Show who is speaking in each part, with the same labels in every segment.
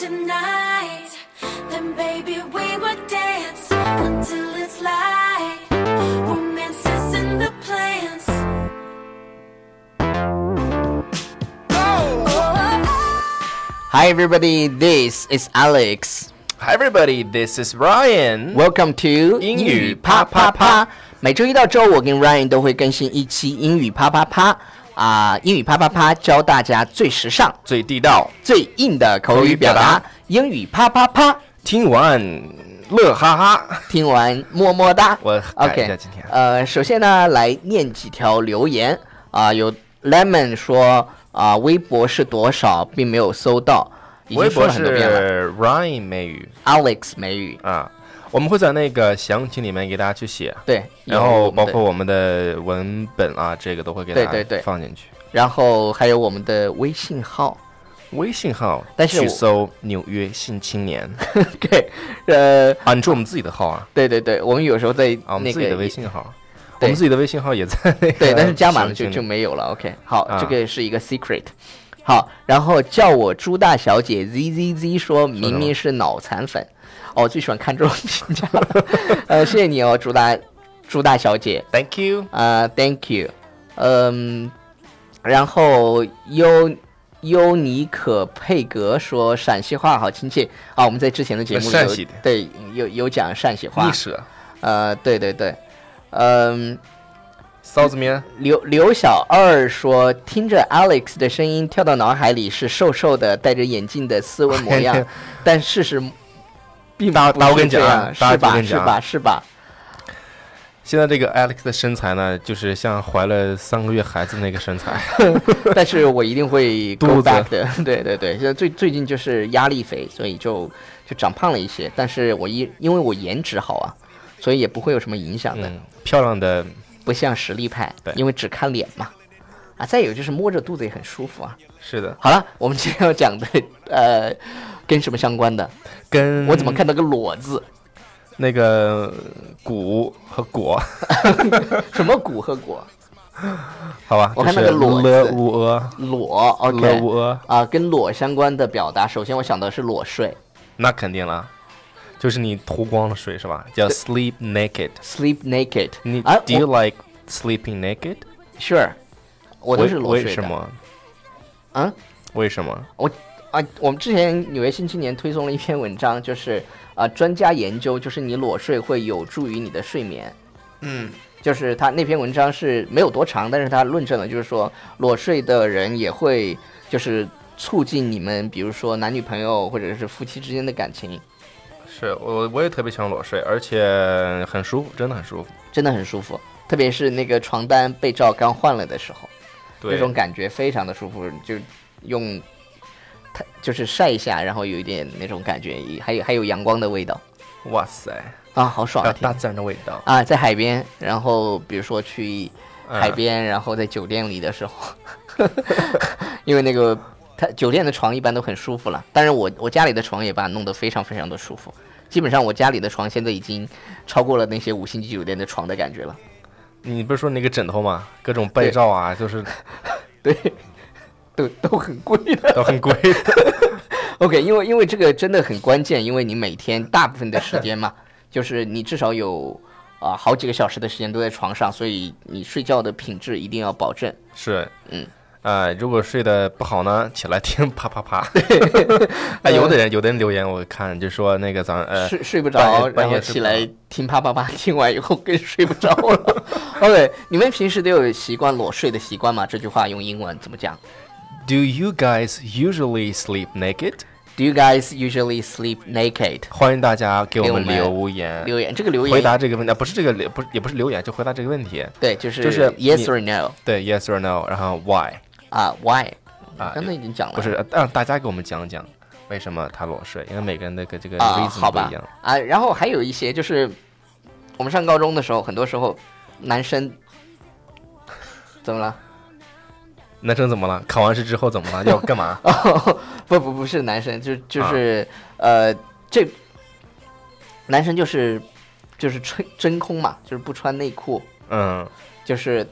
Speaker 1: tonight. Then baby we would dance until it's light. Romance is in the plans.
Speaker 2: Hi everybody, this is Alex.
Speaker 3: Hi everybody, this is Ryan.
Speaker 2: Welcome to
Speaker 3: 英语啪啪啪。
Speaker 2: 每周一到周五，我跟 Ryan 都会更新一期英语啪啪啪啊、英语啪啪啪教大家最时尚、
Speaker 3: 最地道，
Speaker 2: 最硬的口语表达。
Speaker 3: 口语表达
Speaker 2: 英语啪啪啪，
Speaker 3: 听完乐哈哈。
Speaker 2: 听完么么哒。
Speaker 3: 我改一
Speaker 2: OK
Speaker 3: 下今天。
Speaker 2: 呃，首先呢，来念几条留言啊、有 Lemon 说啊、微博是多少，并没有搜到，已
Speaker 3: 微
Speaker 2: 经说
Speaker 3: 博
Speaker 2: 了很多遍了。
Speaker 3: 是 Ryan 美语
Speaker 2: Alex 美语
Speaker 3: 啊，我们会在那个详情里面给大家去写，
Speaker 2: 对，有
Speaker 3: 然后
Speaker 2: 我们
Speaker 3: 包
Speaker 2: 的
Speaker 3: 括我们的文本啊，这个都会给大
Speaker 2: 对对对
Speaker 3: 家放进去。
Speaker 2: 然后还有我们的微信号，
Speaker 3: 微信号，
Speaker 2: 但是我
Speaker 3: 去搜“纽约新青年
Speaker 2: 对，呃，”
Speaker 3: 啊，你说我们自己的号啊，
Speaker 2: 对对对，我们有时候在
Speaker 3: 啊，我们
Speaker 2: 那
Speaker 3: 自己
Speaker 2: 个
Speaker 3: 的微信号，我
Speaker 2: 对
Speaker 3: 们自己的微信号也在那个
Speaker 2: 对，但 是加满了就
Speaker 3: 详情里
Speaker 2: 就没有了。OK，好，
Speaker 3: 啊
Speaker 2: 这个是一个 secret。好，然后叫我朱大小姐 Z Z Z 说明明是脑残粉，哦，最喜欢看这种评价 了。呃，谢谢你哦，朱大朱大小姐，
Speaker 3: Thank you，
Speaker 2: 啊、t h a n k you，嗯，然后优优尼可佩格说陕西话好亲切啊，我们在之前的节目有
Speaker 3: 那呃陕西的
Speaker 2: 对有有讲陕西话
Speaker 3: 历，史
Speaker 2: 呃，对对对，嗯，
Speaker 3: 臊子面，
Speaker 2: 刘刘小二说听着 Alex 的声音跳到脑海里是瘦瘦的戴着眼镜的斯文模样，但事实并
Speaker 3: 大
Speaker 2: 不
Speaker 3: 大我
Speaker 2: 是
Speaker 3: 跟你
Speaker 2: 这
Speaker 3: 讲啊
Speaker 2: 样，
Speaker 3: 大
Speaker 2: 是
Speaker 3: 我
Speaker 2: 吧
Speaker 3: 跟你
Speaker 2: 是
Speaker 3: 讲啊
Speaker 2: 吧是吧？
Speaker 3: 现在这个 Alex 的身材呢，就是像怀了三个月孩子那个身 材。
Speaker 2: 但是我一定 会
Speaker 3: 肚
Speaker 2: go
Speaker 3: 子
Speaker 2: back 的。 对对对，现在最最近就是压力肥，所以就就长胖了一些。但是我一因为我颜值好啊，所以也不会有什么影响的，
Speaker 3: 嗯，漂亮的，
Speaker 2: 不像实力派
Speaker 3: 对，
Speaker 2: 因为只看脸嘛。啊，再有就是摸着肚子也很舒服啊。
Speaker 3: 是的，
Speaker 2: 好了，我们今天要讲的， 呃，跟什么相关的？
Speaker 3: 跟
Speaker 2: 我怎么看到个“裸” 字？
Speaker 3: 那个骨和果，
Speaker 2: 什么骨和果？
Speaker 3: 好吧，
Speaker 2: 我
Speaker 3: 就
Speaker 2: 看那
Speaker 3: 是
Speaker 2: 个裸
Speaker 3: 了
Speaker 2: 字
Speaker 3: 乌呃，
Speaker 2: 裸
Speaker 3: 了
Speaker 2: ，OK，
Speaker 3: 乌呃，
Speaker 2: 啊、跟裸相关的表达，首先我想到的是裸睡
Speaker 3: 那肯定了，就是你脱光了睡是吧？叫 sleep naked。
Speaker 2: （sleep naked）。
Speaker 3: 你
Speaker 2: 啊
Speaker 3: do you like sleeping naked？
Speaker 2: ，sure，我都
Speaker 3: 为
Speaker 2: 是裸
Speaker 3: 为
Speaker 2: 睡
Speaker 3: 什
Speaker 2: 的。
Speaker 3: 么？
Speaker 2: 啊？
Speaker 3: 为什么？
Speaker 2: 我啊，我们之前《纽约新青年》推送了一篇文章，就是啊、专家研究，就是你裸睡会有助于你的睡眠。
Speaker 3: 嗯，
Speaker 2: 就是他那篇文章是没有多长，但是他论证了，就是说裸睡的人也会就是促进你们，比如说男女朋友或者是夫妻之间的感情，
Speaker 3: 是我我也特别喜欢裸睡，而且很舒服，真的很舒服。
Speaker 2: 真的很舒服。特别是那个床单被罩刚换了的时候，那
Speaker 3: 对，
Speaker 2: 种感觉非常的舒服，就用它就是晒一下，然后有一点那种感觉，还有还有阳光的味道。
Speaker 3: 哇塞，
Speaker 2: 啊，好爽
Speaker 3: 大
Speaker 2: 啊！
Speaker 3: 大
Speaker 2: 听
Speaker 3: 自然的味道。
Speaker 2: 啊，在海边，然后比如说去
Speaker 3: 嗯
Speaker 2: 海边，然后在酒店里的时候， 因为那个他酒店的床一般都很舒服了，但是我我家里的床也把它弄得非常非常的舒服，基本上我家里的床现在已经超过了那些五星级酒店的床的感觉了。
Speaker 3: 你不是说那个枕头吗？各种被罩啊，就是
Speaker 2: 对，都都很贵的。
Speaker 3: 都 很贵的。
Speaker 2: OK，因为因为这个真的很关键，因为你每天大部分的时间嘛，就是你至少有啊、好几个小时的时间都在床上，所以你睡觉的品质一定要保证。
Speaker 3: 是，
Speaker 2: 嗯，
Speaker 3: 啊，如果睡得不好呢，起来听啪 啪啪。哎，有的人有的人留言我看就说那个早上呃，
Speaker 2: 睡睡不
Speaker 3: 半
Speaker 2: 着，
Speaker 3: 夜半
Speaker 2: 然后
Speaker 3: 夜睡
Speaker 2: 起
Speaker 3: 不着
Speaker 2: 来听啪啪啪， 听完以后更睡不着了。OK，你 们平时都有习惯裸睡的习惯吗？这句话用英文怎么讲
Speaker 3: Do you guys usually sleep naked？
Speaker 2: ？Do you guys usually sleep naked？
Speaker 3: 欢迎大家给我们
Speaker 2: 给我们
Speaker 3: 留言，
Speaker 2: 留言，这个留言
Speaker 3: 呃回答这个问题，啊不是这个留不是也不是留言，就回答这个问题。
Speaker 2: 对，就是
Speaker 3: 就是
Speaker 2: yes
Speaker 3: 你
Speaker 2: or no
Speaker 3: 对，yes or no，然后 why？
Speaker 2: 啊？Why？
Speaker 3: 啊
Speaker 2: 刚才已经讲了，
Speaker 3: 不是呃让大家给我们讲讲为什么他裸睡，因为每个人的个这个
Speaker 2: 啊？
Speaker 3: 呃 reason
Speaker 2: 好
Speaker 3: 不
Speaker 2: 吧
Speaker 3: 一样。
Speaker 2: 啊，然后还有一些就是我们上高中的时候，很多时候男生怎么了？
Speaker 3: 男生怎么了？考完试之后怎么了？要干嘛？
Speaker 2: 哦，不不不是男生，就就是、呃，这男生就是就是真真空嘛，就是不穿内裤，
Speaker 3: 嗯，
Speaker 2: 就是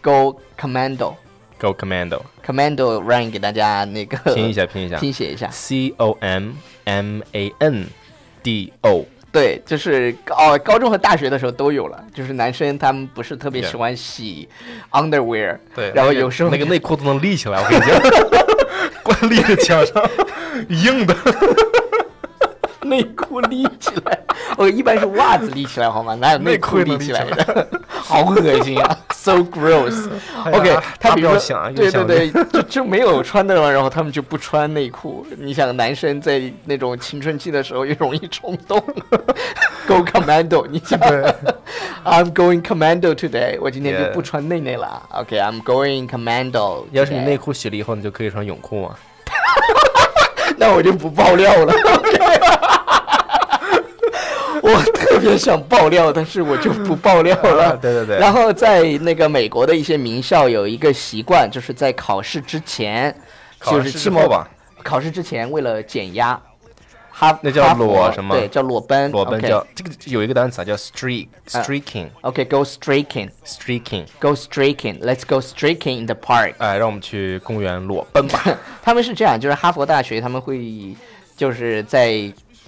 Speaker 2: go commando，
Speaker 3: Go Commando，
Speaker 2: Commando Run 给大家那个
Speaker 3: 拼一下，拼一 下
Speaker 2: 拼写一下。
Speaker 3: ，C O M M A N D O，
Speaker 2: 对，就是哦，高中和大学的时候都有了。就是男生他们不是特别
Speaker 3: Yeah
Speaker 2: 喜欢洗 underwear，
Speaker 3: 对，
Speaker 2: 然后
Speaker 3: 那个
Speaker 2: 有时候
Speaker 3: 那个内裤都能立起来，我跟你 讲，光立在墙上，硬的。
Speaker 2: 内裤立起来，我一般是袜子立起来好吗？哪有内裤立起来
Speaker 3: 内
Speaker 2: 的？好恶心啊，so gross。
Speaker 3: 哎呀
Speaker 2: OK，他
Speaker 3: 大
Speaker 2: 比如
Speaker 3: 不要
Speaker 2: 说，
Speaker 3: 想啊
Speaker 2: 对对
Speaker 3: 越想
Speaker 2: 对，就就没有穿的了，然后他们就不穿内裤。你想，男生在那种青春期的时候又容易冲动，Go Commando，你想，I'm going Commando today，我今天就
Speaker 3: Yeah
Speaker 2: 不穿内内了啊。OK，I'm、going Commando。
Speaker 3: 要是你内，裤洗了以后，你就可以穿泳裤嘛。
Speaker 2: 那我就不爆料了。 我特别想爆料，但是我就不爆料了。
Speaker 3: 啊对对对
Speaker 2: 然后在那个美国的一些名校有一个习惯，就是在考试之前，
Speaker 3: 考
Speaker 2: 就
Speaker 3: 试
Speaker 2: 是
Speaker 3: 之
Speaker 2: 期
Speaker 3: 后
Speaker 2: 末
Speaker 3: 吧，
Speaker 2: 考试之前为了减压，哈
Speaker 3: 那叫
Speaker 2: 哈佛
Speaker 3: 裸什么
Speaker 2: 对，叫裸奔。
Speaker 3: 裸奔
Speaker 2: OK
Speaker 3: 叫这个有一个单词啊，叫 streak，streaking，streaking。
Speaker 2: OK，go streaking，go streaking，let's go streaking in the park。
Speaker 3: 哎，让我们去公园裸奔吧。
Speaker 2: 他们是这样，就是哈佛大学他们会就是在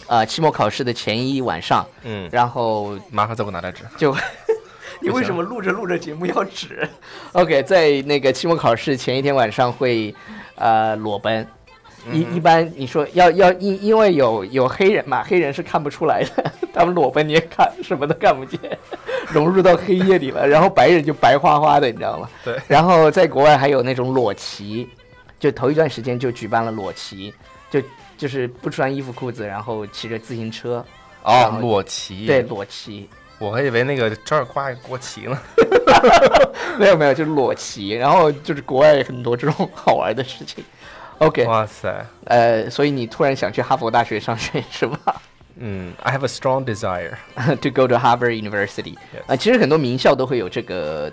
Speaker 2: 呃期末考试的前一晚上，
Speaker 3: 嗯
Speaker 2: 然后
Speaker 3: 麻烦再给我拿张纸。
Speaker 2: 就。 你为什么录着录着节目要止？OK，在那个期末考试前一天晚上会，呃，裸奔。一一般你说要要因因为有有黑人嘛，黑人是看不出来的， 他们裸奔你也看什么都看不见，融入到黑夜里了。然后白人就白花花的，你知道吗？
Speaker 3: 对
Speaker 2: 然后在国外还有那种裸骑，就头一段时间就举办了裸骑，就就是不穿衣服裤子，然后骑着自行车，然
Speaker 3: 哦，
Speaker 2: 后
Speaker 3: 裸骑。
Speaker 2: 对，，裸骑。
Speaker 3: 我还以为那个这儿挂一国旗呢。
Speaker 2: 没有没有，就是裸骑，然后就是国外很多这种 好玩的事情。OK，
Speaker 3: 哇塞，
Speaker 2: 呃，所以你突然想去哈佛大学上学是吧
Speaker 3: 嗯，I have a strong desire。
Speaker 2: ？To go to Harvard University，啊、呃，其实很多名校都会有这个，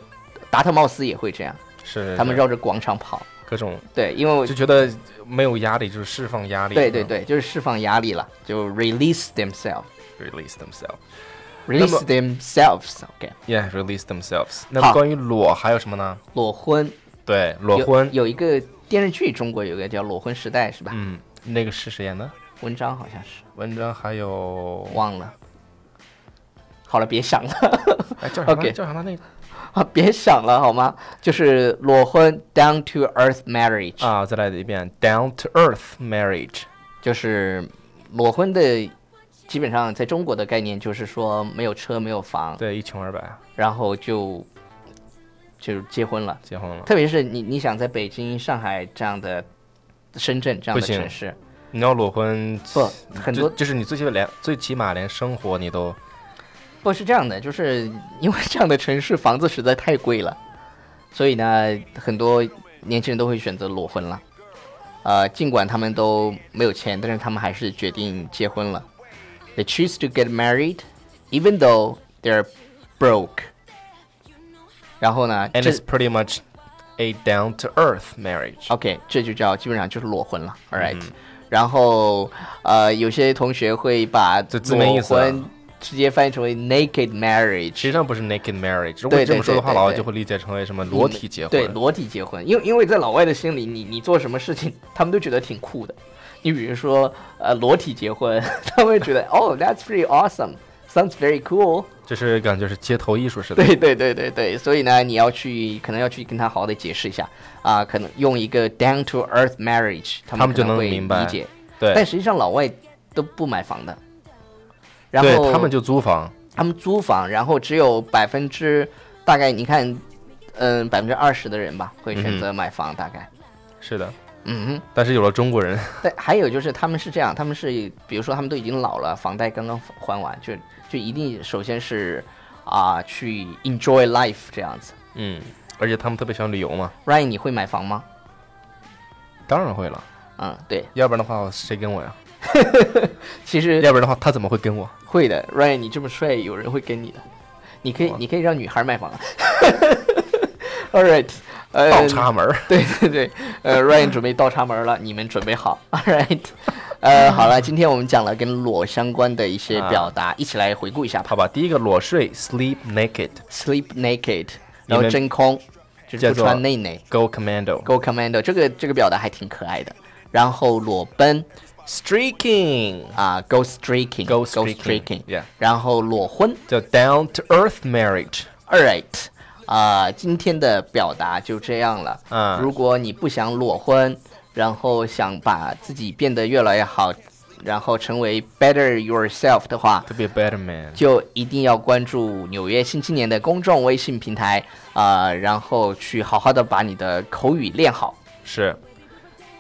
Speaker 2: 达特茅斯也会这样，
Speaker 3: 是是
Speaker 2: 他们
Speaker 3: 是
Speaker 2: 绕着广场跑。
Speaker 3: 各种
Speaker 2: 对，因为我
Speaker 3: 就觉得没有压力，就是释放压力。
Speaker 2: 对对对，就是释放压力了，就 release themselves，release
Speaker 3: 嗯，release themselves。么
Speaker 2: themselves。OK，
Speaker 3: Yeah, release themselves。那
Speaker 2: 好
Speaker 3: 么关于裸还有什么呢？
Speaker 2: 裸婚，
Speaker 3: 对，裸
Speaker 2: 有
Speaker 3: 婚。
Speaker 2: 有一个电视剧，中国有个叫《裸婚时代》是吧？
Speaker 3: 嗯，那个是谁演的？
Speaker 2: 文章好像是
Speaker 3: 文章还有
Speaker 2: 忘了。好了，别想了。
Speaker 3: 哎叫什么
Speaker 2: OK
Speaker 3: 叫什么那个
Speaker 2: 啊，别想了好吗？就是裸婚 （down to earth marriage），、
Speaker 3: 啊？再来一遍，down to earth marriage。
Speaker 2: 就是裸婚的，基本上在中国的概念就是说没有车没有房，
Speaker 3: 对，一穷二白，
Speaker 2: 然后就就结婚了。
Speaker 3: 结婚了。
Speaker 2: 特别是你你想在北京、上海这样的、深圳这样的
Speaker 3: 不行
Speaker 2: 城市，
Speaker 3: 你要裸婚，
Speaker 2: 不
Speaker 3: 就
Speaker 2: 很多
Speaker 3: 就是你最起码连最起码连生活你都
Speaker 2: 不是这样的，就是因为这样的城市房子实在太贵了，所以呢，很多年轻人都会选择裸婚了。呃，尽管他们都没有钱，但是他们还是决定结婚了。They choose to get married, even though they're broke。然后呢，
Speaker 3: ，and
Speaker 2: 这
Speaker 3: it's pretty much a down to earth marriage。
Speaker 2: OK，这就叫基本上就是裸婚了，All right、然
Speaker 3: 嗯
Speaker 2: 后呃，有些同学会把
Speaker 3: 这字面意
Speaker 2: 裸
Speaker 3: 思啊
Speaker 2: 婚直接翻译成为 naked marriage。
Speaker 3: 实际上不是 naked marriage。如果
Speaker 2: 对
Speaker 3: 你这么说的
Speaker 2: 对
Speaker 3: 话，
Speaker 2: 对
Speaker 3: 老外
Speaker 2: 对
Speaker 3: 就会理解成为什么裸体结
Speaker 2: 嗯
Speaker 3: 婚。
Speaker 2: 对，裸体结婚，因为因为在老外的心里，你你做什么事情，他们都觉得挺酷的。你比如说，呃，裸体结婚， 他们会觉得，哦、t h a t s pretty awesome。Sounds very cool。
Speaker 3: 就是感觉是街头艺术似 的。
Speaker 2: 对对对对对，所以呢，你要去，可能要去跟他好好的解释一下啊，可能用一个 down to earth marriage，他们
Speaker 3: 他们
Speaker 2: 可
Speaker 3: 就
Speaker 2: 能
Speaker 3: 能
Speaker 2: 会
Speaker 3: 明白
Speaker 2: 理解。
Speaker 3: 对
Speaker 2: 但实际上，老外都不买房的，然
Speaker 3: 对
Speaker 2: 后
Speaker 3: 他们就租房，
Speaker 2: 他们租房，然后只有百分之大概你看，嗯、百分之二十的人吧会选择买房，大概。
Speaker 3: 是的。
Speaker 2: 嗯
Speaker 3: 但是有了中国人，
Speaker 2: 哼，对，还有就是他们是这样，他们是比如说他们都已经老了，房贷刚刚还完，就就一定首先是啊、去 enjoy life 这样子。
Speaker 3: 嗯，而且他们特别喜欢旅游嘛，
Speaker 2: Ryan，你会买房吗？
Speaker 3: 当然会了，
Speaker 2: 嗯，对，
Speaker 3: 要不然的话谁跟我呀？
Speaker 2: 其实
Speaker 3: 要不然的话他怎么会跟我？
Speaker 2: 会的，Ryan，你这么帅，有人会跟你的。你可以，你可以让女孩买房。All right，呃，
Speaker 3: 倒插门儿，
Speaker 2: 对对对，呃，Ryan 准备倒插门了，你们准备好，All right。呃，好了，今天我们讲了跟裸相关的一些表
Speaker 3: 啊
Speaker 2: 达，一起来回顾一下吧。
Speaker 3: 好吧，第一个裸睡 sleep naked，
Speaker 2: Sleep naked，
Speaker 3: 你
Speaker 2: 然
Speaker 3: 们
Speaker 2: 后真空，就是不
Speaker 3: 叫做
Speaker 2: 穿内内。
Speaker 3: Go Commando
Speaker 2: Go Commando 这个这个表达还挺可爱的。然后裸奔
Speaker 3: Streaking
Speaker 2: 啊，Go Streaking，Go
Speaker 3: Go
Speaker 2: Streaking，
Speaker 3: streaking，yeah
Speaker 2: 然后裸婚
Speaker 3: 叫 Down to Earth Marriage。
Speaker 2: ，All right，啊、今天的表达就这样了。
Speaker 3: 嗯
Speaker 2: 如果你不想裸婚，然后想把自己变得越来越好，然后成为 better yourself 的话，
Speaker 3: To be a better man，
Speaker 2: 就一定要关注纽约新青年的公众微信平台啊、然后去好好的把你的口语练好。
Speaker 3: 是，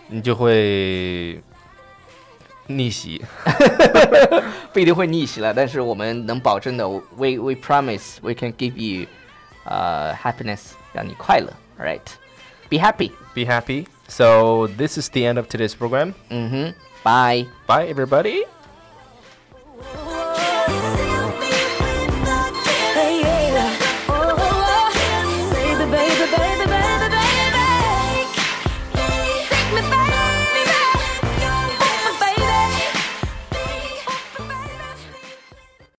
Speaker 3: 你就会逆袭。
Speaker 2: 不一定会逆袭了，但是我们能保证的，we we promise we can give you，呃、happiness，让你快乐，all，right，be happy，
Speaker 3: Be happy. So this is the end of today's program.
Speaker 2: 嗯哼，bye。
Speaker 3: Bye, everybody.